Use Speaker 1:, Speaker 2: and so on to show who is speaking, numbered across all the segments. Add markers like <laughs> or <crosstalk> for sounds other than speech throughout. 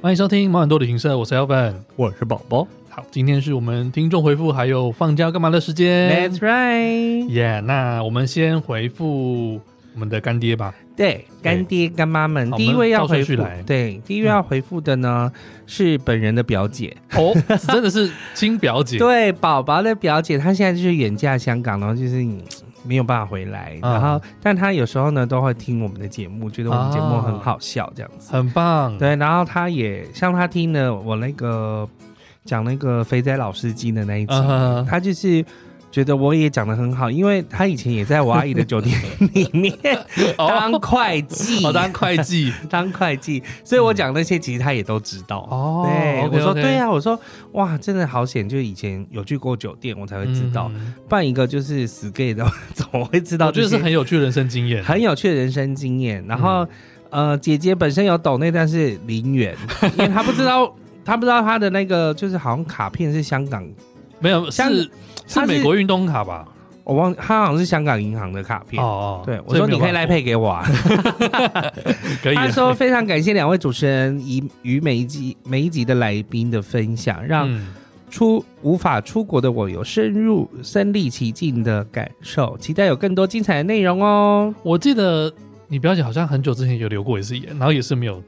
Speaker 1: 欢迎收听毛很多旅行社，我是 Elvin。
Speaker 2: 我是宝宝。
Speaker 1: 好，今天是我们听众回复还有放假干嘛的时间。
Speaker 2: right。
Speaker 1: 耶，那我们先回复我们的干爹吧。
Speaker 2: 对，干爹干妈们，
Speaker 1: 好
Speaker 2: 第一位要回
Speaker 1: 我们照顺序
Speaker 2: 复
Speaker 1: 来，
Speaker 2: 对，第一位要回复的呢、是本人的表姐，
Speaker 1: 哦， <laughs> 真的是亲表姐。
Speaker 2: 对，宝宝的表姐，她现在就是远嫁香港，然后就是嗯没有办法回来，
Speaker 1: 啊
Speaker 2: 然后但她有时候呢都会听我们的节目，觉得我们节目很好笑这样子。
Speaker 1: 很棒。
Speaker 2: 对，然后她也像她听了我那个讲那个肥仔老司机的那一集，
Speaker 1: 嗯哼，
Speaker 2: 他就是觉得我也讲的很好，因为他以前也在我阿姨的酒店里面
Speaker 1: <laughs>
Speaker 2: 当
Speaker 1: 哦，
Speaker 2: 会计，
Speaker 1: 哦，当会计。
Speaker 2: 当会计，所以我讲那些其实他也都知道。
Speaker 1: 嗯哦，
Speaker 2: <laughs> 对，我说对
Speaker 1: 啊，
Speaker 2: 啊，我说哇，真的好险，就是以前有去过酒店，我才会知道。
Speaker 1: 嗯
Speaker 2: 办一个就是死 gay 的，怎么会知道
Speaker 1: 我
Speaker 2: 这
Speaker 1: 觉得
Speaker 2: 些？
Speaker 1: 是很有嗯趣的人生经验。
Speaker 2: 很有趣的人生经验。然后、呃，姐姐本身有抖内，但是
Speaker 1: <laughs>
Speaker 2: 零元，因为她不知道，她不知道她的那个就是好像卡片是香港
Speaker 1: 没有
Speaker 2: 像
Speaker 1: 是是
Speaker 2: 他是
Speaker 1: 美国运动卡吧？
Speaker 2: 我忘，他好像是香港银行的卡片。
Speaker 1: 哦，哦
Speaker 2: 对，我说你可以来，配给我
Speaker 1: <laughs>
Speaker 2: 啊。
Speaker 1: 所以没有办法可以啊。
Speaker 2: 他说非常感谢两位主持人以与每一集每一集的来宾的分享，让
Speaker 1: 嗯
Speaker 2: 出无法出国的我有深入身临其境的感受，期待有更多精彩的内容哦。
Speaker 1: 我记得你表姐好像很久之前有留过一次言，然后也是没有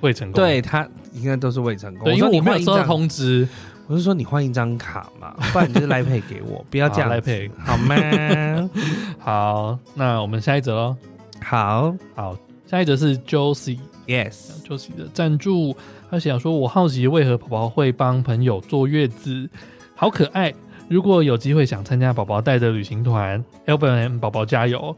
Speaker 1: 会成功。
Speaker 2: 对他应该都是未成功。
Speaker 1: 对，因
Speaker 2: 说
Speaker 1: 为
Speaker 2: 你
Speaker 1: 我没有
Speaker 2: 换一
Speaker 1: 收到
Speaker 2: 张，
Speaker 1: 通知，
Speaker 2: 我是说你换一张卡嘛， <laughs> 不然你就是来配给我，不要这样
Speaker 1: 好啊
Speaker 2: 子
Speaker 1: 来配
Speaker 2: 好吗？ <laughs>
Speaker 1: 好，那我们下一则喽。
Speaker 2: 好
Speaker 1: 好，下一则是 Josie
Speaker 2: ，yes，
Speaker 1: <laughs> Josie 的赞助，他想说，我好奇为何宝宝会帮朋友坐月子，好可爱。如果有机会想参加宝宝带的旅行团，Elvin 宝宝加油。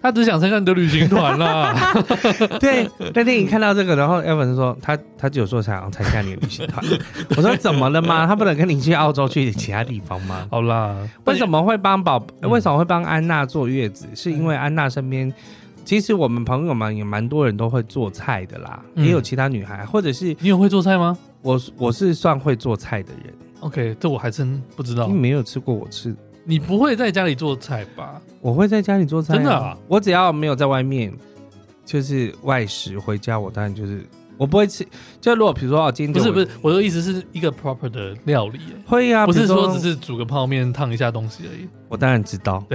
Speaker 1: 他只想参加你的旅行团啦，
Speaker 2: <laughs> 对，那天你看到这个，然后 Evan 说他他只有说想要参加你的旅行团，我说怎么了吗？他不能跟你去澳洲去其他地方吗？
Speaker 1: 好啦，
Speaker 2: 为什么会帮宝？
Speaker 1: 嗯
Speaker 2: 为什么会帮安娜坐月子？是因为安娜身边，其实我们朋友们也蛮多人都会做菜的啦，
Speaker 1: 嗯
Speaker 2: 也有其他女孩，或者是
Speaker 1: 你有会做菜吗
Speaker 2: 我我是算会做菜的人，
Speaker 1: ？OK，这我还真不知道
Speaker 2: 你。没有吃过我吃，
Speaker 1: 你不会在家里做菜吧？
Speaker 2: 我会在家里做菜、
Speaker 1: 真的啊
Speaker 2: 我只要没有在外面，就是外食回家，我当然就是我不会吃。就如果比如说哦，今天
Speaker 1: 不
Speaker 2: 就是我
Speaker 1: 不是，我的意思是一个 proper 的料理、欸
Speaker 2: 会呀、
Speaker 1: 不是
Speaker 2: 啊比如
Speaker 1: 说只是煮个泡面、烫一下东西而已。
Speaker 2: 我当然知道， <laughs>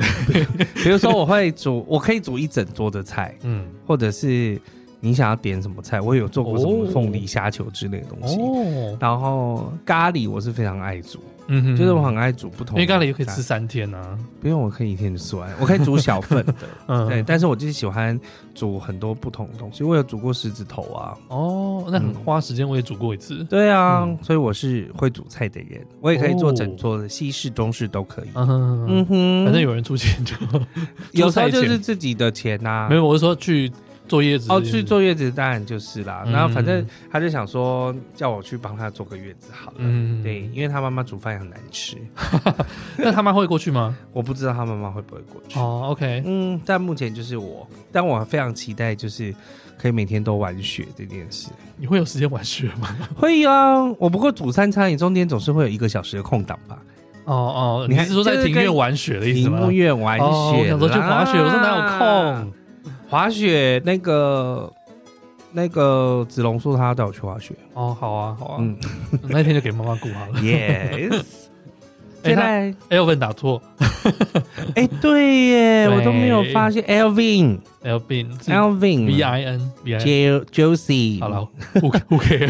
Speaker 2: 比如说我会煮，我可以煮一整桌的菜，
Speaker 1: 嗯，
Speaker 2: 或者是你想要点什么菜，我有做过什么
Speaker 1: 哦
Speaker 2: 凤梨虾球之类的东西。
Speaker 1: 哦，
Speaker 2: 然后咖喱我是非常爱煮，
Speaker 1: 嗯哼
Speaker 2: 就是我很爱煮不同
Speaker 1: 因
Speaker 2: 的，
Speaker 1: 为咖喱也可以吃，三天啊。
Speaker 2: 不用我可以一天就吃完，我可以煮
Speaker 1: <laughs>
Speaker 2: 小份的，
Speaker 1: 嗯，
Speaker 2: 对，，但是我就是喜欢煮很多不同的东西，我有煮过狮子头啊，
Speaker 1: 哦，那很
Speaker 2: 嗯
Speaker 1: 花时间，我也煮过一次。
Speaker 2: 对啊，
Speaker 1: 嗯
Speaker 2: 所以我是会煮菜的人，我也可以做整
Speaker 1: 哦
Speaker 2: 桌的，西式、中式都可以。
Speaker 1: 嗯哼，
Speaker 2: 嗯哼，
Speaker 1: 反正有人出钱就
Speaker 2: 有时候
Speaker 1: 做菜
Speaker 2: 就是
Speaker 1: 钱
Speaker 2: 自己的钱呐、
Speaker 1: 没有。我是说去坐月子
Speaker 2: 啊哦，去，坐月子当然就是啦，
Speaker 1: 嗯
Speaker 2: 然后反正他就想说叫我去帮他做个月子好了，
Speaker 1: 嗯
Speaker 2: 对，因为他妈妈煮饭也很难吃， <laughs>
Speaker 1: 那他妈会过去吗？
Speaker 2: 我不知道他妈妈会不会过去。
Speaker 1: 哦，OK，
Speaker 2: 嗯，但目前就是我，但我非常期待就是可以每天都玩雪这件
Speaker 1: <laughs>
Speaker 2: 事。
Speaker 1: 你会有时间玩雪吗？
Speaker 2: 会啊，我不过煮三餐，你中间总是会有一个小时的空档吧？
Speaker 1: 哦哦，
Speaker 2: 你
Speaker 1: 你
Speaker 2: 还
Speaker 1: 是说在
Speaker 2: 就是
Speaker 1: 庭院
Speaker 2: 跟
Speaker 1: 玩雪的意思
Speaker 2: 屏
Speaker 1: 吗？
Speaker 2: 幕院玩雪、
Speaker 1: 哦，我想说去滑雪，我说哪有？
Speaker 2: 滑雪那个那个子龙说他带我去
Speaker 1: <laughs>
Speaker 2: 滑雪，
Speaker 1: 空？哦，好啊，好啊，
Speaker 2: 嗯
Speaker 1: 那一天就给妈妈顾好
Speaker 2: <laughs>
Speaker 1: 了。
Speaker 2: ，yes，
Speaker 1: 哎
Speaker 2: 现
Speaker 1: 他
Speaker 2: 在。
Speaker 1: Elvin 打错
Speaker 2: 哎、对耶，
Speaker 1: 对
Speaker 2: 我都没有发现 Elvin
Speaker 1: ，Elvin 是
Speaker 2: Elvin
Speaker 1: V I N V I N。
Speaker 2: Jo Josie。
Speaker 1: 好了，不不 care，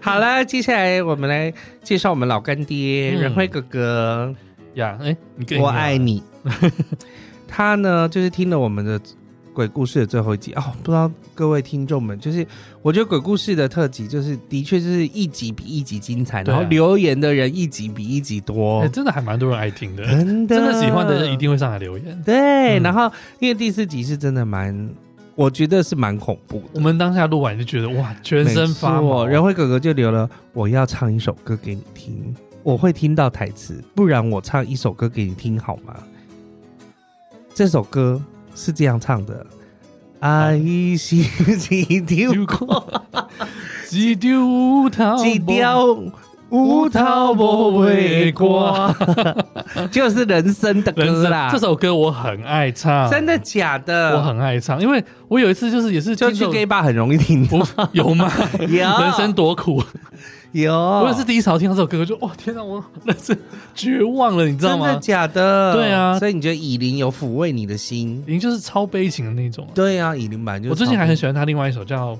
Speaker 2: 好了，接下来我们来介绍我们老干爹、
Speaker 1: 嗯
Speaker 2: 仁辉哥哥，
Speaker 1: 呀，哎，你跟
Speaker 2: 我
Speaker 1: <laughs>
Speaker 2: 爱你。他呢，就是听了我们的鬼故事的最后一集哦，不知道各位听众们，就是我觉得鬼故事的特辑，就是的确就是一集比一集精彩，
Speaker 1: 对
Speaker 2: 然
Speaker 1: 啊
Speaker 2: 后留言的人一集比一集多
Speaker 1: 哎，，真的还蛮多人爱听的，
Speaker 2: 真的
Speaker 1: 真的喜欢的人一定会上来留言。
Speaker 2: 对，
Speaker 1: 嗯
Speaker 2: 然后因为第四集是真的蛮，我觉得是蛮恐怖
Speaker 1: 我
Speaker 2: 的，
Speaker 1: 们当下录完就觉得哇，全身发
Speaker 2: 没
Speaker 1: 毛
Speaker 2: 错。仁辉哥哥就留了，我要唱一首歌给你听，我会听到台词，不然我唱一首歌给你听好吗？这首歌是这样唱的。爱是一
Speaker 1: <laughs>
Speaker 2: 丢
Speaker 1: 丢过，几丢无头，
Speaker 2: 几，雕
Speaker 1: 无头无尾 <laughs> 歌，
Speaker 2: 就是人生的
Speaker 1: 人
Speaker 2: 歌
Speaker 1: 生
Speaker 2: 啦。
Speaker 1: 这首歌我很爱唱，
Speaker 2: 真的假的？
Speaker 1: 我很爱唱，因为我有一次就是也是
Speaker 2: 就
Speaker 1: 听
Speaker 2: 去啊
Speaker 1: 着
Speaker 2: gay bar 很容
Speaker 1: <laughs>
Speaker 2: 易听到，
Speaker 1: 不有
Speaker 2: <laughs>
Speaker 1: 吗？
Speaker 2: 有
Speaker 1: 人生多苦，
Speaker 2: 哦有，
Speaker 1: 我也是第一次听到这首歌，我就哇天哪，我那是绝望了，你知道
Speaker 2: 真的
Speaker 1: 吗？
Speaker 2: 假的？
Speaker 1: 对啊
Speaker 2: 所以你觉得以琳有抚慰你的心？
Speaker 1: 已经就是超悲情的那种了。
Speaker 2: 对啊，以琳版就是
Speaker 1: 我最近还很
Speaker 2: 很
Speaker 1: 喜欢他另外一首叫《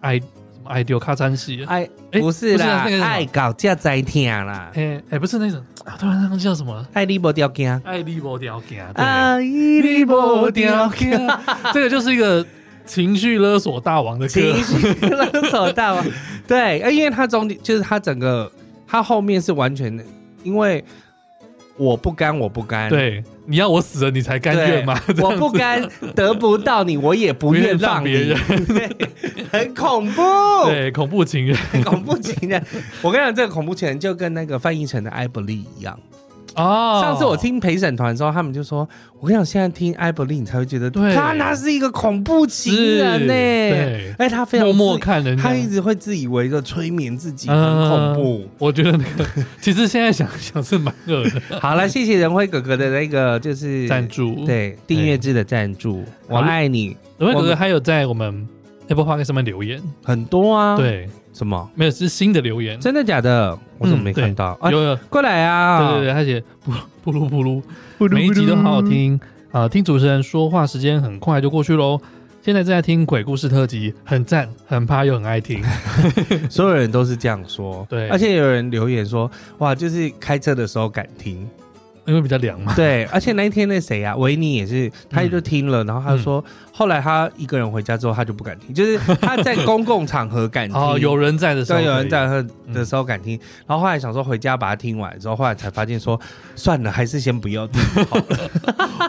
Speaker 1: 爱什么爱丢卡山戏》，
Speaker 2: 爱，
Speaker 1: 哎
Speaker 2: 不是啦，
Speaker 1: 不是那个什么
Speaker 2: 爱搞架在听啦，
Speaker 1: 哎哎，不是那种啊，突然那个叫什么了？
Speaker 2: 爱你不掉惊，
Speaker 1: 爱你无条件，对，
Speaker 2: 爱哎你不掉
Speaker 1: <laughs>
Speaker 2: <laughs> 惊，
Speaker 1: 件，这个就是一个情绪勒索大王的歌
Speaker 2: 情。绪勒索
Speaker 1: <laughs>
Speaker 2: 到啊！对，因为他中间就是他整个他后面是完全的，因为我不甘，我不甘，
Speaker 1: 对，你要我死了你才甘
Speaker 2: 对
Speaker 1: 愿吗？这样
Speaker 2: 我
Speaker 1: 子
Speaker 2: 不甘，得不到你，我也不愿放
Speaker 1: 不愿
Speaker 2: 你
Speaker 1: <laughs> 让，
Speaker 2: <laughs> 对很恐怖，
Speaker 1: 对恐怖情人
Speaker 2: 恐怖情人。我跟你讲，这个恐怖情人就跟那个范逸臣的《艾伯利》一样。
Speaker 1: 哦。
Speaker 2: 上次我听陪审团的时候，他们就说：“我跟你讲，现在听《艾伯利》，你才会觉得，
Speaker 1: 对
Speaker 2: 他那是一个恐怖情
Speaker 1: 是
Speaker 2: 人呢、
Speaker 1: 对
Speaker 2: 哎，他非常
Speaker 1: 默默
Speaker 2: 自
Speaker 1: 看人家，
Speaker 2: 他一直会自以为的催眠自己，很
Speaker 1: 嗯
Speaker 2: 恐怖。
Speaker 1: 我觉得那个其实现在想想是蛮恶的。
Speaker 2: 好了，谢谢仁辉哥哥的那个就是
Speaker 1: 嗯赞，助，，
Speaker 2: 对订阅制的赞助，我
Speaker 1: 好了
Speaker 2: 爱你
Speaker 1: 因为
Speaker 2: 我
Speaker 1: 哥
Speaker 2: 们
Speaker 1: 哥还有在我们 Apple Park 上面留言，
Speaker 2: 很多啊。，
Speaker 1: 对，
Speaker 2: 什么？
Speaker 1: 没有是新的留言，
Speaker 2: 真的假的？我怎么没看到？啊，
Speaker 1: 嗯有有，
Speaker 2: 过来啊！
Speaker 1: 对对对，他写布布鲁布鲁，每一集都好好听啊、听主持人说话时间很快就过去喽。现在正在听鬼故事特辑，很赞，很怕又很爱听。
Speaker 2: 所有人都是这样说。
Speaker 1: 对
Speaker 2: 而且有人留言说，哇，就是开车的时候敢听。
Speaker 1: 因为比较凉嘛。
Speaker 2: <laughs> 对，而且那一天那谁啊，维尼也是，他就听了，然后他
Speaker 1: 嗯
Speaker 2: 说，后来他一个人回家之后，他就不敢听，就是他在公共场合敢
Speaker 1: <laughs>
Speaker 2: 听。
Speaker 1: 哦，有人在的时候，嗯
Speaker 2: 对，有人在。喝的时候敢听，然后后来想说回家把它听完之后，后来才发现说算了，还是先不要听好了。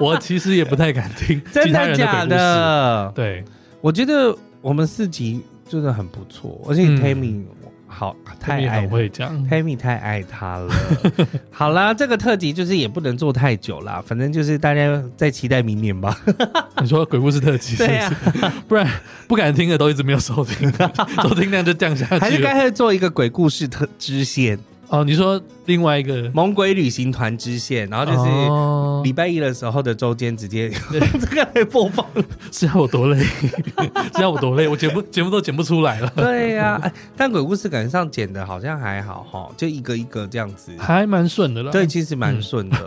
Speaker 1: 我其实也不太敢听 <laughs> 其
Speaker 2: <laughs> 真
Speaker 1: 他人
Speaker 2: 的假
Speaker 1: 鬼故事。
Speaker 2: 的？
Speaker 1: 对，
Speaker 2: 我觉得我们四集真的很不错，而且 Tammy、好
Speaker 1: 他
Speaker 2: 太
Speaker 1: 也
Speaker 2: 爱
Speaker 1: 嗯很会讲。
Speaker 2: Tammy 太爱他了。 <laughs> 好啦，这个特辑就是也不能做太久啦，反正就是大家再期待明年
Speaker 1: <laughs>
Speaker 2: 吧。
Speaker 1: 你说鬼故事特辑是不
Speaker 2: <laughs> 对啊
Speaker 1: 是？不然不敢听的都一直没有收
Speaker 2: <laughs>
Speaker 1: 听，收听量就降下
Speaker 2: 还
Speaker 1: 去
Speaker 2: 是
Speaker 1: 了。
Speaker 2: 该做一个鬼故事特支线，
Speaker 1: 哦，你说另外一个，
Speaker 2: 猛鬼旅行团支线，然后就是。
Speaker 1: 哦
Speaker 2: 礼拜一的时候的周间直接用这个来播放，
Speaker 1: <laughs> 是要我多累，是要我多累，我节目节目都剪不出来了。
Speaker 2: 对呀、哎， <laughs> 但鬼故事感觉上剪的好像还好哈，就一个一个这样子，
Speaker 1: 还蛮顺的啦。
Speaker 2: 对，，其实蛮顺的。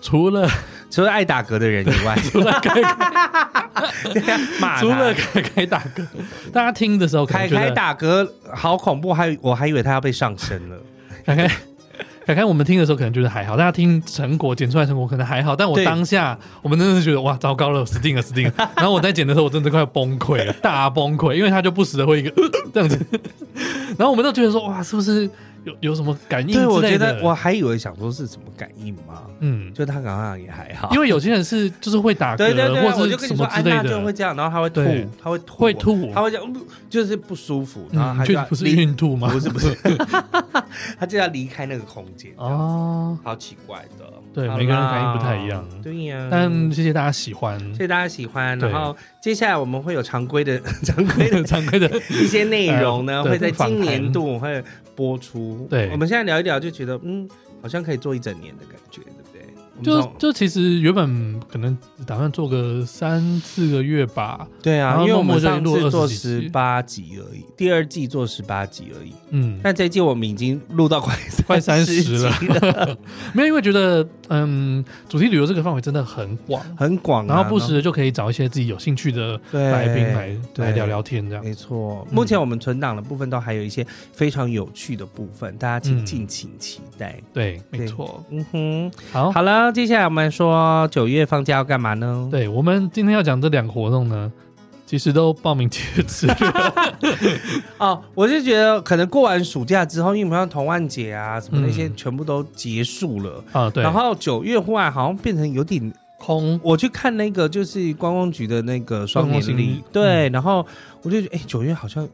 Speaker 1: 除了
Speaker 2: <laughs> 除了爱打嗝的人以外，
Speaker 1: 嗯 <laughs> 除了开
Speaker 2: <laughs> 对啊骂他
Speaker 1: 除了开开打嗝，大家听的时候可能
Speaker 2: 凯
Speaker 1: 觉
Speaker 2: 凯
Speaker 1: 得
Speaker 2: 打嗝好恐怖，还我还以为他要被上身了。
Speaker 1: 凯凯凯凯，我们听的时候可能觉得还好，大家听成果剪出来的成果可能还好，但我
Speaker 2: 对
Speaker 1: 当下我们真的是觉得哇糟糕了，死定了死定了。然后我在剪的时候，我真的快要崩溃 <laughs> 了，大崩溃，因为他就不时的会一个呃这样子，然后我们都觉得说哇，是不是有有什么感应
Speaker 2: 对，我
Speaker 1: 之
Speaker 2: 觉
Speaker 1: 类
Speaker 2: 得
Speaker 1: 的？
Speaker 2: 我还以为想说是什么感应嘛，
Speaker 1: 嗯，
Speaker 2: 就他好像也还好。
Speaker 1: 因为有些人是就是会打嗝，
Speaker 2: 对对对，
Speaker 1: 啊或
Speaker 2: 我
Speaker 1: 者
Speaker 2: 就是跟
Speaker 1: 什
Speaker 2: 你说，
Speaker 1: 么
Speaker 2: 安
Speaker 1: 之
Speaker 2: 娜
Speaker 1: 类
Speaker 2: 就会
Speaker 1: 的，
Speaker 2: 这样，然后他会
Speaker 1: 对
Speaker 2: 吐，啊他会吐，
Speaker 1: 会，吐，
Speaker 2: 他会这样，嗯就是不舒服，然后
Speaker 1: 嗯，
Speaker 2: 他
Speaker 1: 就
Speaker 2: 就要
Speaker 1: 不是
Speaker 2: 离，
Speaker 1: 孕吐吗？
Speaker 2: 啊不是不是，他就要离开那个空间。
Speaker 1: <laughs> 哦，
Speaker 2: 好奇怪的，
Speaker 1: 对
Speaker 2: 好啦
Speaker 1: 每个人反应不太一样
Speaker 2: 对呀、
Speaker 1: 但谢谢大家喜欢，
Speaker 2: 谢谢大家喜欢。
Speaker 1: 对
Speaker 2: 然后接下来我们会有常规的、 <laughs>
Speaker 1: <laughs>
Speaker 2: 常规的
Speaker 1: 常规的
Speaker 2: 一些内容呢，
Speaker 1: 呃对
Speaker 2: 会在今年
Speaker 1: 访
Speaker 2: 度会播出。
Speaker 1: 对
Speaker 2: 我们现在聊一聊，就觉得嗯，好像可以做一整年的感觉，对不对？我
Speaker 1: 就
Speaker 2: 们从
Speaker 1: 就其实原本可能打算做个三四个月吧，
Speaker 2: 对啊
Speaker 1: 然，后
Speaker 2: 因为我
Speaker 1: 默
Speaker 2: 们
Speaker 1: 默就
Speaker 2: 上
Speaker 1: 录
Speaker 2: 次
Speaker 1: 了
Speaker 2: 做
Speaker 1: 20几
Speaker 2: 十
Speaker 1: 集
Speaker 2: 八集而已，第二季做十八集而已。
Speaker 1: 嗯，
Speaker 2: 但这一季我们已经录到快
Speaker 1: 快三
Speaker 2: 30
Speaker 1: 十了
Speaker 2: 集了，
Speaker 1: 没有因为觉得嗯，主题旅游这个范围真的很广，
Speaker 2: 很广、啊。
Speaker 1: 然后不时就可以找一些自己有兴趣的
Speaker 2: 对
Speaker 1: 来宾来
Speaker 2: 对
Speaker 1: 来聊聊天这样。
Speaker 2: 没错，
Speaker 1: 嗯
Speaker 2: 目前我们存档的部分都还有一些非常有趣的部分，大家请
Speaker 1: 嗯
Speaker 2: 敬请期待。
Speaker 1: 对，没错。
Speaker 2: 嗯哼，
Speaker 1: 好，
Speaker 2: 好了，接下来我们说九月放假要干嘛呢？
Speaker 1: 对我们今天要讲这两个活动呢，其实都报名截止了。
Speaker 2: 哦，我是觉得可能过完暑假之后，因为我们像童万节啊什么那些
Speaker 1: 嗯
Speaker 2: 全部都结束了，
Speaker 1: 啊，对，
Speaker 2: 然后九月忽然好像变成有点，
Speaker 1: 空
Speaker 2: 我去看那个就是观光局的那个双年
Speaker 1: 观光嗯
Speaker 2: 历
Speaker 1: 行，
Speaker 2: 对，然后我就觉得哎，九、月好像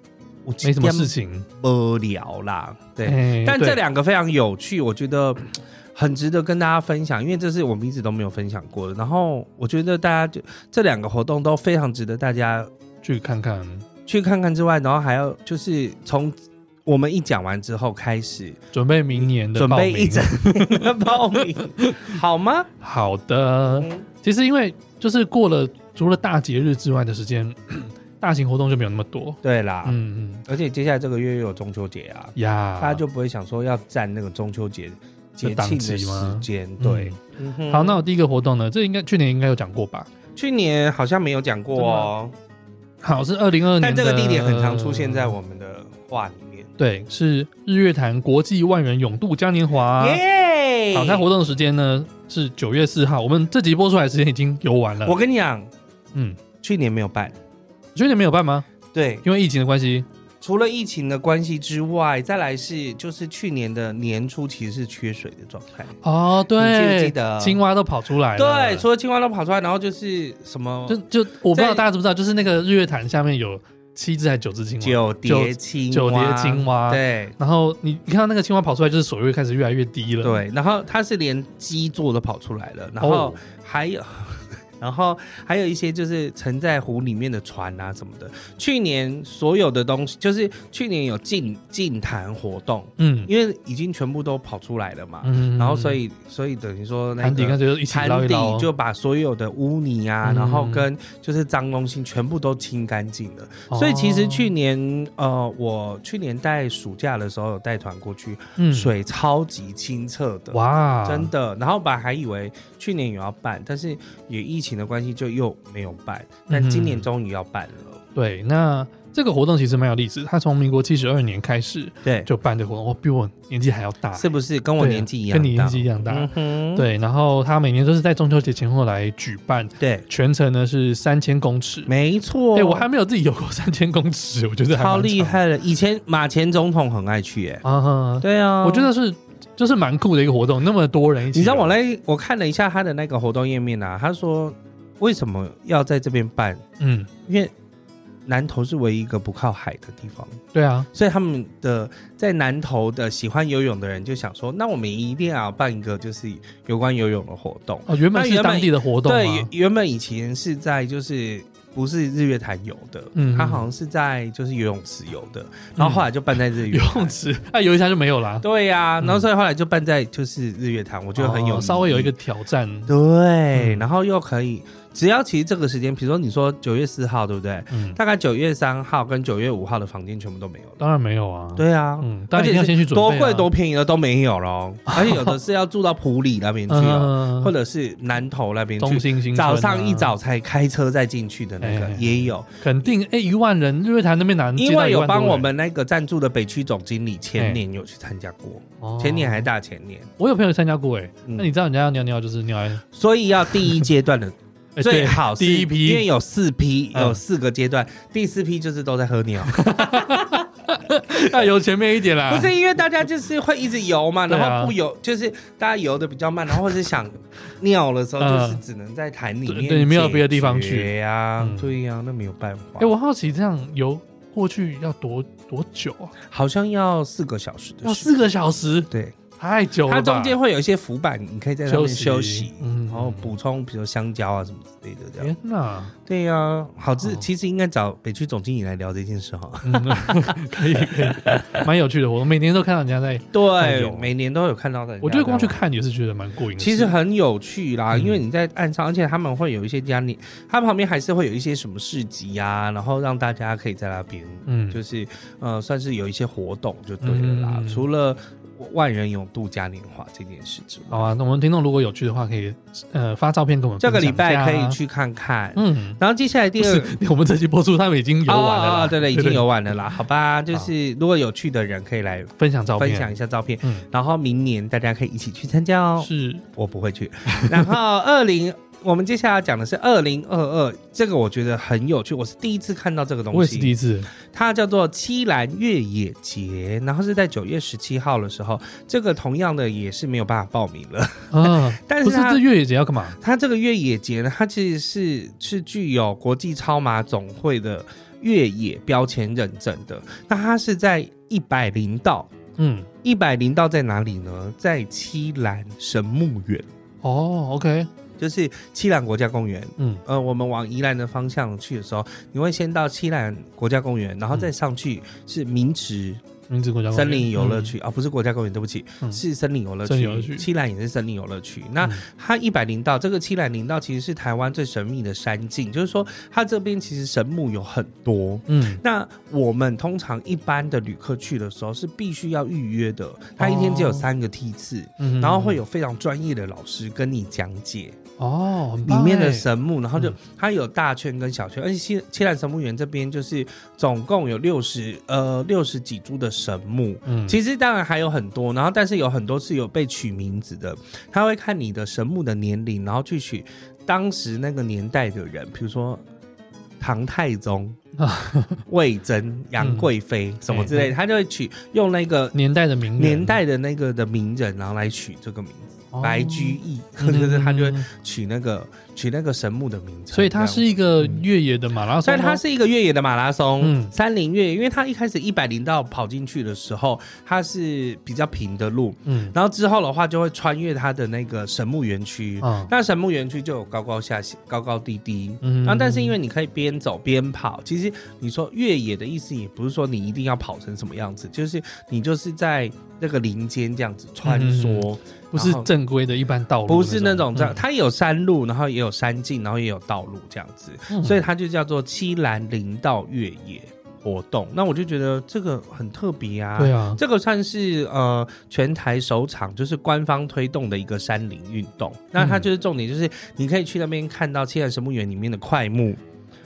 Speaker 2: 我
Speaker 1: 没什么事情。
Speaker 2: 无聊啦，对，
Speaker 1: 哎
Speaker 2: 但
Speaker 1: 对
Speaker 2: 这两个非常有趣，我觉得嗯很值得跟大家分享，因为这是我们一直都没有分享过的。然后我觉得大家就这两个活动都非常值得大家
Speaker 1: 去看看，
Speaker 2: 去看看之外，然后还要就是从我们一讲完之后开始
Speaker 1: 准备明年的 <laughs>
Speaker 2: 准
Speaker 1: 报
Speaker 2: 备
Speaker 1: 名。
Speaker 2: 一整 <laughs> 年的报名，好吗？
Speaker 1: 好的，
Speaker 2: 嗯
Speaker 1: 其实因为就是过了除了大节日之外的时间，大型活动就没有那么多。
Speaker 2: 对啦，
Speaker 1: 嗯嗯
Speaker 2: 而且接下来这个月又有中秋节啊，
Speaker 1: 呀，
Speaker 2: 大家就不会想说要占那个中秋节节
Speaker 1: 档
Speaker 2: 庆的
Speaker 1: 期吗
Speaker 2: 时间。对，嗯哼
Speaker 1: 好，那我第一个活动呢，这应该去年应该有讲过吧？
Speaker 2: 去年好像没有讲过哦，
Speaker 1: 好，是二零二年，
Speaker 2: 但这个地点很常出现在。我们的话里面。
Speaker 1: 对，是日月潭国际万人永渡嘉年华。
Speaker 2: 耶！
Speaker 1: 啊好，它活动的时间呢是九月四号，我们这集播出来的时间已经游完了
Speaker 2: 我。跟你讲，
Speaker 1: 嗯，
Speaker 2: 去年没有办。
Speaker 1: 去年没有办吗？
Speaker 2: 对，
Speaker 1: 因为疫情的关系。
Speaker 2: 除了疫情的关系之外，再来是就是去年的年初其实是缺水的状态。
Speaker 1: 哦，
Speaker 2: 你记不记
Speaker 1: 对，
Speaker 2: 得
Speaker 1: 青蛙都跑出来了。
Speaker 2: 对，除了青蛙都跑出来，然后就是什么
Speaker 1: 哎就就我不知道
Speaker 2: 在
Speaker 1: 大家知不知道，就是那个日月潭下面有七只还是九只青蛙，
Speaker 2: 九叠青
Speaker 1: 九
Speaker 2: 蛙
Speaker 1: 叠青蛙。
Speaker 2: 对
Speaker 1: 然后你你看到那个青蛙跑出来，就是水位开始越来越低了。
Speaker 2: 对，然后它是连基座都跑出来了，然后
Speaker 1: 哦
Speaker 2: 还有。 <laughs> 然后还有一些就是沉在湖里面的船啊什么的。去年所有的东西，就是去年有净净坛活动，
Speaker 1: 嗯，
Speaker 2: 因为已经全部都跑出来了嘛。
Speaker 1: 嗯
Speaker 2: 然后所以所以等于说那
Speaker 1: 潭底
Speaker 2: 个
Speaker 1: 干脆就一起捞
Speaker 2: 潭
Speaker 1: 一捞
Speaker 2: 底，就把所有的污泥啊，
Speaker 1: 嗯
Speaker 2: 然后跟就是脏东西全部都清干净了。
Speaker 1: 哦
Speaker 2: 所以其实去年呃，我去年带暑假的时候有带团过去，
Speaker 1: 嗯
Speaker 2: 水超级清澈的，
Speaker 1: 哇，
Speaker 2: 真的。然后本来还以为去年有要办，但是也疫情的关系就又没有办，
Speaker 1: 嗯
Speaker 2: 但今年终于要办了。
Speaker 1: 对。那这个活动其实蛮有历史，它从民国七十二年开始
Speaker 2: 对，
Speaker 1: 就办这个活动，我比我年纪还要大，
Speaker 2: 是不是跟我
Speaker 1: 对啊
Speaker 2: 年纪一样大？
Speaker 1: 跟你年纪一样大。
Speaker 2: 嗯哼，
Speaker 1: 对，然后它每年都是在中秋节前后来举办，
Speaker 2: 对，
Speaker 1: 全程呢是三千公尺。
Speaker 2: 没错。
Speaker 1: 哎、我还没有自己游过三千公尺，我觉得还蛮
Speaker 2: 超厉
Speaker 1: 长
Speaker 2: 害了。以前马前总统很爱去、哎，
Speaker 1: 啊哈！
Speaker 2: 对啊，
Speaker 1: 我觉得是就是蛮酷的一个活动，那么多人一起，
Speaker 2: 你知道我那我看了一下他的那个活动页面啊，他说为什么要在这边办？
Speaker 1: 嗯，
Speaker 2: 因为南投是唯一一个不靠海的地方，
Speaker 1: 对啊，
Speaker 2: 所以他们的在南投的喜欢游泳的人就想说，那我们一定要办一个就是有关游泳的活动。
Speaker 1: 哦，原本
Speaker 2: 那
Speaker 1: 是
Speaker 2: 原本
Speaker 1: 当地的活动
Speaker 2: 对，
Speaker 1: 吗
Speaker 2: 原？原本以前是在就是不是日月潭游的，
Speaker 1: 嗯
Speaker 2: 嗯，他好像是在就是游泳池游的，然后后来就办在日月
Speaker 1: 游
Speaker 2: 潭。
Speaker 1: 泳池啊，游一下就没有啦，
Speaker 2: 对呀、
Speaker 1: 嗯
Speaker 2: 然后所以后来就办在就是日月潭，我觉得很有、
Speaker 1: 哦稍微有一个挑战，
Speaker 2: 对，
Speaker 1: 嗯
Speaker 2: 然后又可以，只要其实这个时间，比如说你说九月四号，对不对？
Speaker 1: 嗯，
Speaker 2: 大概九月三号跟九月五号的房间全部都没有了。
Speaker 1: 当然没有啊，，
Speaker 2: 对啊，
Speaker 1: 嗯，大
Speaker 2: 而
Speaker 1: 家一定
Speaker 2: 且
Speaker 1: 要
Speaker 2: 是
Speaker 1: 先去准备
Speaker 2: 多
Speaker 1: 啊，
Speaker 2: 贵多便宜的都没有
Speaker 1: <laughs>
Speaker 2: 咯，而且有的是要住到埔里那边去哦，
Speaker 1: 嗯，
Speaker 2: 或者是南投那边
Speaker 1: 中
Speaker 2: 去，
Speaker 1: 心新村啊
Speaker 2: 早上一早才开车再进去的那个
Speaker 1: 哎嗯
Speaker 2: 也有，
Speaker 1: 肯定哎一万人，日月潭那边难，
Speaker 2: 因为有帮我们那个赞助的北区总经理前年有去参加过，
Speaker 1: 哦
Speaker 2: 前年还大前年，
Speaker 1: 我有朋友参加过哎，
Speaker 2: 嗯
Speaker 1: 那你知道人家要尿尿就是尿在，
Speaker 2: 所以要第一阶段的
Speaker 1: <laughs> 哎
Speaker 2: 最
Speaker 1: 对
Speaker 2: 好是
Speaker 1: 第一批 <laughs>
Speaker 2: 因为有四批，
Speaker 1: 嗯
Speaker 2: 有四个阶段，第四批就是都在喝尿，
Speaker 1: 要游前面一点啦，
Speaker 2: 不是因为大家就是会一直游嘛，
Speaker 1: 啊对啊
Speaker 2: 然后不游，就是大家游的比较慢，然后或是想尿的时
Speaker 1: <laughs>
Speaker 2: 候，
Speaker 1: 嗯
Speaker 2: 就是只能在潭里
Speaker 1: 对
Speaker 2: 面，
Speaker 1: 对没有别的地方去
Speaker 2: 呀
Speaker 1: 嗯，
Speaker 2: 对呀，那没有办法
Speaker 1: 哎，，我好奇这样游过去要多多久啊？
Speaker 2: 好像要四个小时的时间，
Speaker 1: 要四个小时，
Speaker 2: 对，
Speaker 1: 太久了吧。
Speaker 2: 它中间会有一些浮板，你可以在上面
Speaker 1: 休
Speaker 2: 休
Speaker 1: 息
Speaker 2: 息，
Speaker 1: 嗯
Speaker 2: 然后补充比如香蕉啊什么之类的这样
Speaker 1: 天。哪，
Speaker 2: 对呀，好，这
Speaker 1: 哦
Speaker 2: 其实应该找北区总经理来聊这件事哈。
Speaker 1: 嗯，可以可以，蛮有趣的。我每年都看到人家在，
Speaker 2: <laughs>
Speaker 1: 哎
Speaker 2: 对
Speaker 1: 呦，
Speaker 2: 每年都有看到的。
Speaker 1: 我觉得光去看也是觉得蛮过瘾的事。
Speaker 2: 其实很有趣啦，
Speaker 1: 嗯
Speaker 2: 因为你在岸上，而且他们会有一些嘉年，它旁边还是会有一些什么市集啊，然后让大家可以在那边，
Speaker 1: 嗯，
Speaker 2: 就是呃，算是有一些活动就对了啦。
Speaker 1: 嗯
Speaker 2: 除了万人永渡嘉年华这件事之
Speaker 1: 好
Speaker 2: 外，
Speaker 1: 啊。那我们听众如果有趣的话，可以呃发照片给我们。
Speaker 2: 这个礼拜可以。去看看。
Speaker 1: 嗯， <laughs>
Speaker 2: 然后接下来第
Speaker 1: 不
Speaker 2: 二
Speaker 1: 是，我们这期播出他们已经游完了
Speaker 2: 哦
Speaker 1: 啦，
Speaker 2: 哦对了，已经游完了啦，好吧，就是如果有趣的人可以来
Speaker 1: 分享照片，
Speaker 2: 分享一下照片，
Speaker 1: 嗯，
Speaker 2: 然后明年大家可以一起去参加哦。
Speaker 1: 是
Speaker 2: 我不会去。 <laughs> 然后二零，我们接下来要讲的是二零二二，这个我觉得很有趣，我是第一次看到这个东西。
Speaker 1: 我也是第一次，
Speaker 2: 它叫做七兰越野节，然后是在九月十七号的时候，这个同样的也是没有办法报名了。 <laughs>
Speaker 1: 嗯，
Speaker 2: 但
Speaker 1: 不
Speaker 2: 是
Speaker 1: 是
Speaker 2: 它
Speaker 1: 这越野节要干嘛？
Speaker 2: 它这个越野节呢，它其实是是具有国际超马总会的越野标签认证的。那它是在一百零道，
Speaker 1: 嗯，
Speaker 2: 一百零道在哪里呢？在七兰神木园，
Speaker 1: 哦，OK，
Speaker 2: 就是七兰国家公园。
Speaker 1: 嗯，
Speaker 2: 呃，我们往宜兰的方
Speaker 1: 嗯
Speaker 2: 向去的时候，你会先到七兰国家公园，然后再上去是明池，
Speaker 1: 名字国家公园
Speaker 2: 森林游乐区啊，不是国家公园，对不起，
Speaker 1: 嗯
Speaker 2: 是森林游乐
Speaker 1: 森林游乐区
Speaker 2: 区。七兰也是森林游乐区。那
Speaker 1: 嗯
Speaker 2: 它一百零道这个七兰林道其实是台湾最神秘的山境，就是说它这边其实神木有很多。
Speaker 1: 嗯，
Speaker 2: 那我们通常一般的旅客去的时候是必须要预约的，它一天只有三个梯次，
Speaker 1: 嗯
Speaker 2: 然后会有非常专业的老师跟你讲解
Speaker 1: 哦，很
Speaker 2: 里
Speaker 1: 棒
Speaker 2: 面的
Speaker 1: 欸
Speaker 2: 神木，然后就
Speaker 1: 嗯
Speaker 2: 它有大圈跟小圈，而且七七兰神木园这边就是总共有六十呃六十几株的神木，
Speaker 1: 嗯，
Speaker 2: 其实当然还有很多，然后但是有很多是有被取名字的，他会看你的神木的年龄，然后去取当时那个年代的人，比如说唐太宗
Speaker 1: 啊、
Speaker 2: 魏征、杨贵妃、什么之类的，他就会取用那个
Speaker 1: 年代的名人
Speaker 2: 年代的那个的名人，然后来取这个名字。
Speaker 1: 哦
Speaker 2: 白居，易，
Speaker 1: 嗯
Speaker 2: <laughs> 就是他就会
Speaker 1: 会，
Speaker 2: 取那个取那个神木的名称，
Speaker 1: 所以它是一个
Speaker 2: 嗯
Speaker 1: 越野的马拉松吗，
Speaker 2: 所以它是一个越野的马拉松，
Speaker 1: 嗯
Speaker 2: 山林越野，因为它一开始一百零道跑进去的时候，它是比较平的路，
Speaker 1: 嗯
Speaker 2: 然后之后的话就会穿越它的那个神木园区，
Speaker 1: 啊
Speaker 2: 那神木园区就有高高下下、高高低低。
Speaker 1: 嗯
Speaker 2: 然后，啊但是因为你可以边走边跑，其实你说越野的意思也不是说你一定要跑成什么样子，就是你就是在那个林间这样子穿
Speaker 1: 嗯
Speaker 2: 梭，
Speaker 1: 不是
Speaker 2: 然后
Speaker 1: 正规的一般道路，
Speaker 2: 不是那种这样，
Speaker 1: 嗯
Speaker 2: 它有山路，然后也有山径，然后也有道路这样子，
Speaker 1: 嗯
Speaker 2: 所以它就叫做七兰林道越野活动。那我就觉得这个很特别啊，
Speaker 1: 对啊，
Speaker 2: 这个算是呃全台首场，就是官方推动的一个山林运动。那它就是重点，就是你可以去那边看到七兰神木园里面的块木、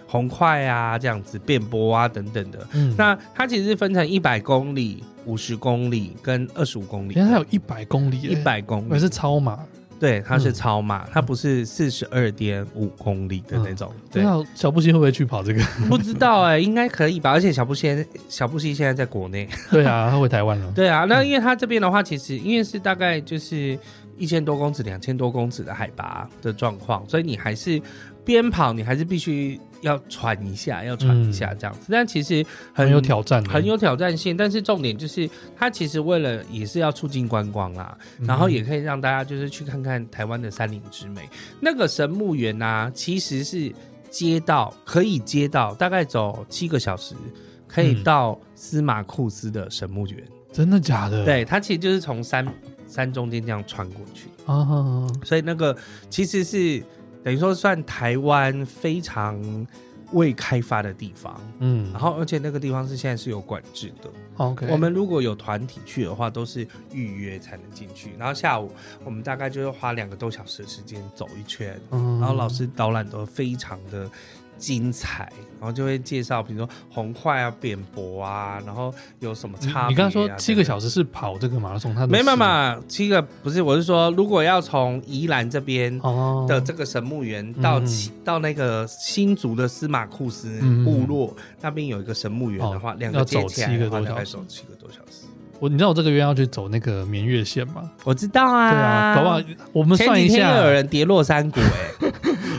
Speaker 2: 红块啊，这样子变波啊等等的。
Speaker 1: 嗯，
Speaker 2: 那它其实是分成一百公里、五十公里跟二十五公里
Speaker 1: 原。来它有一百公里欸，
Speaker 2: 一百公里
Speaker 1: 还是超马，
Speaker 2: 对，它是
Speaker 1: 嗯
Speaker 2: 超马，它不是四十二点五公里的那种。
Speaker 1: 不知
Speaker 2: 对，
Speaker 1: 道小布希会不会去
Speaker 2: <laughs>
Speaker 1: 跑这个？
Speaker 2: 嗯不知道哎、应该可以吧？而且小布现小布希现在在国内。
Speaker 1: 对啊，他回台湾了，
Speaker 2: 对啊，那因为它这边的话，其实因为是大概就是一千多公尺、两千多公尺的海拔的状况，所以你还是边跑，你还是必须要喘一下，要喘一下这样子。但其实很
Speaker 1: 很有挑战的，
Speaker 2: 很有挑战性，但是重点就是它其实为了也是要促进观光啦，
Speaker 1: 嗯，
Speaker 2: 然后也可以让大家就是去看看台湾的山林之美。那个神木园啊，其实是街道可以街道，大概走七个小时可以
Speaker 1: 嗯
Speaker 2: 到司马库斯的神木园。
Speaker 1: 真的假的？
Speaker 2: 对，它其实就是从山山中间这样穿过去，
Speaker 1: 啊啊，啊
Speaker 2: 所以那个其实是等于说算台湾非常未开发的地方。
Speaker 1: 嗯，
Speaker 2: 然后，而且那个地方是现在是有管制的。
Speaker 1: OK，
Speaker 2: 我们如果有团体去的话，都是预约才能进去。然后下午我们大概就是花两个多小时的时间走一圈，
Speaker 1: 嗯，
Speaker 2: 然后老师导览都非常的精彩，然后就会介绍，比如说红块啊、扁柏啊，然后有什么
Speaker 1: 你
Speaker 2: 差别、啊
Speaker 1: 你刚刚说
Speaker 2: 等等
Speaker 1: 七个小时是跑这个马拉松，他的
Speaker 2: 没有没有
Speaker 1: 时
Speaker 2: 没有，七个不是，我是说，如果要从宜兰这边
Speaker 1: 哦
Speaker 2: 的这个神木园到
Speaker 1: 嗯
Speaker 2: 七、到那个新竹的司马库斯
Speaker 1: 嗯
Speaker 2: 部落、那边有一个神木园的话，
Speaker 1: 哦
Speaker 2: 两、
Speaker 1: 要
Speaker 2: 个
Speaker 1: 走
Speaker 2: 接起来
Speaker 1: 七个
Speaker 2: 的话，
Speaker 1: 多
Speaker 2: 大
Speaker 1: 小
Speaker 2: 概
Speaker 1: 时
Speaker 2: 走七个多小时。
Speaker 1: 我你知道我这个月要去走那个绵月线吗？
Speaker 2: 我知道啊，
Speaker 1: 对啊，搞不好我们
Speaker 2: 前
Speaker 1: 算
Speaker 2: 几
Speaker 1: 一
Speaker 2: 天
Speaker 1: 下
Speaker 2: 又，有人跌落山谷、哎，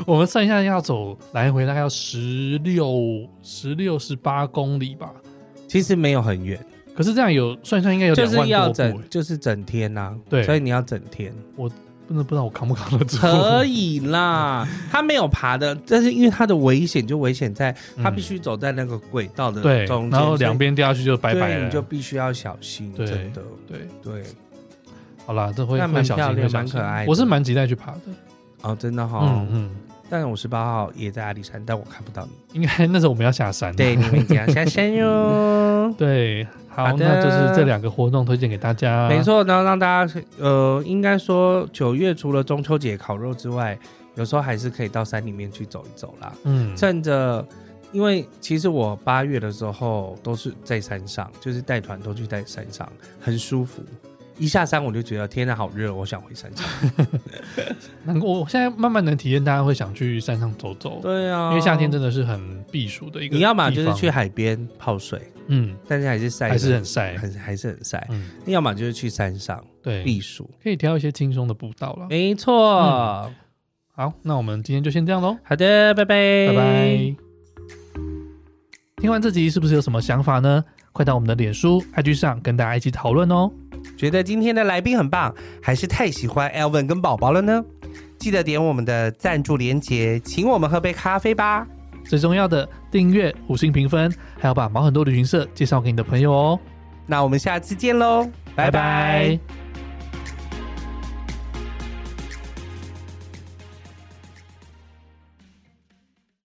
Speaker 1: 我们算一下要走来回大概要十六、十六、十八公里吧。
Speaker 2: 其实没有很远，
Speaker 1: 可是这样有算一算应该有
Speaker 2: 就
Speaker 1: 两
Speaker 2: 是
Speaker 1: 万
Speaker 2: 要
Speaker 1: 多步、
Speaker 2: 整
Speaker 1: 欸，
Speaker 2: 就是整天呐、
Speaker 1: 对
Speaker 2: 所以你要整
Speaker 1: <laughs>
Speaker 2: 天。
Speaker 1: 真的不知道我扛不扛得住。
Speaker 2: 可以啦，他没有爬的，但是因为他的危险就危险在，他
Speaker 1: 嗯
Speaker 2: 必须走在那个轨道的
Speaker 1: 对，
Speaker 2: 中间，
Speaker 1: 然后
Speaker 2: 所以
Speaker 1: 两边掉下去就拜拜
Speaker 2: 对，
Speaker 1: 了。
Speaker 2: 你就必须要小心，
Speaker 1: 对
Speaker 2: 真的，
Speaker 1: 对，
Speaker 2: 对，
Speaker 1: 好啦，这会
Speaker 2: 那蛮
Speaker 1: 会小心，
Speaker 2: 漂亮
Speaker 1: 会小
Speaker 2: 蛮
Speaker 1: 心
Speaker 2: 可爱的
Speaker 1: 我是蛮期待去爬的。
Speaker 2: 哦，真的哈、
Speaker 1: 嗯嗯，
Speaker 2: 但我十八号也在阿里山，但我看
Speaker 1: <laughs>
Speaker 2: 不到你。
Speaker 1: 应该那时候我们要下山。啊
Speaker 2: 对，你们讲下山哟。
Speaker 1: 对，好，
Speaker 2: 好的
Speaker 1: 那就是这两个活动推荐给大家。
Speaker 2: 没，错，然后让大家呃，应该说九月除了中秋节烤肉之外，有时候还是可以到山里面去走一走啦。
Speaker 1: 嗯，
Speaker 2: 趁着，因为其实我八月的时候都是在山上，就是带团都去在山上，很舒服。一下山我就觉得天呐，好热，我想回山
Speaker 1: <laughs>
Speaker 2: 上。
Speaker 1: 能够我现在慢慢能体验，大家会想去山上走走，
Speaker 2: 对啊，
Speaker 1: 因为夏天真的是很避暑的一个。
Speaker 2: 你要么就是去，海边泡水，
Speaker 1: 嗯，
Speaker 2: 但是还是晒得，
Speaker 1: 还是很晒。
Speaker 2: 很还是很晒。
Speaker 1: 嗯，
Speaker 2: 要么就是去山上
Speaker 1: 对，
Speaker 2: 避暑，
Speaker 1: 可以挑一些轻松的步道了。
Speaker 2: 没错。
Speaker 1: 嗯好，那我们今天就先这样喽，
Speaker 2: 好的，拜拜，
Speaker 1: 拜拜。听完这集是不是有什么想法呢？快到我们的脸书、IG 上跟大家一起讨论哦。
Speaker 2: 觉得今天的来宾很棒，还是太喜欢 Elvin 跟宝宝了呢？记得点我们的赞助连结，请我们喝杯咖啡吧。
Speaker 1: 最重要的，订阅、五星评分，还要把毛很多旅行社介绍给你的朋友哦。
Speaker 2: 那我们下次见喽，拜拜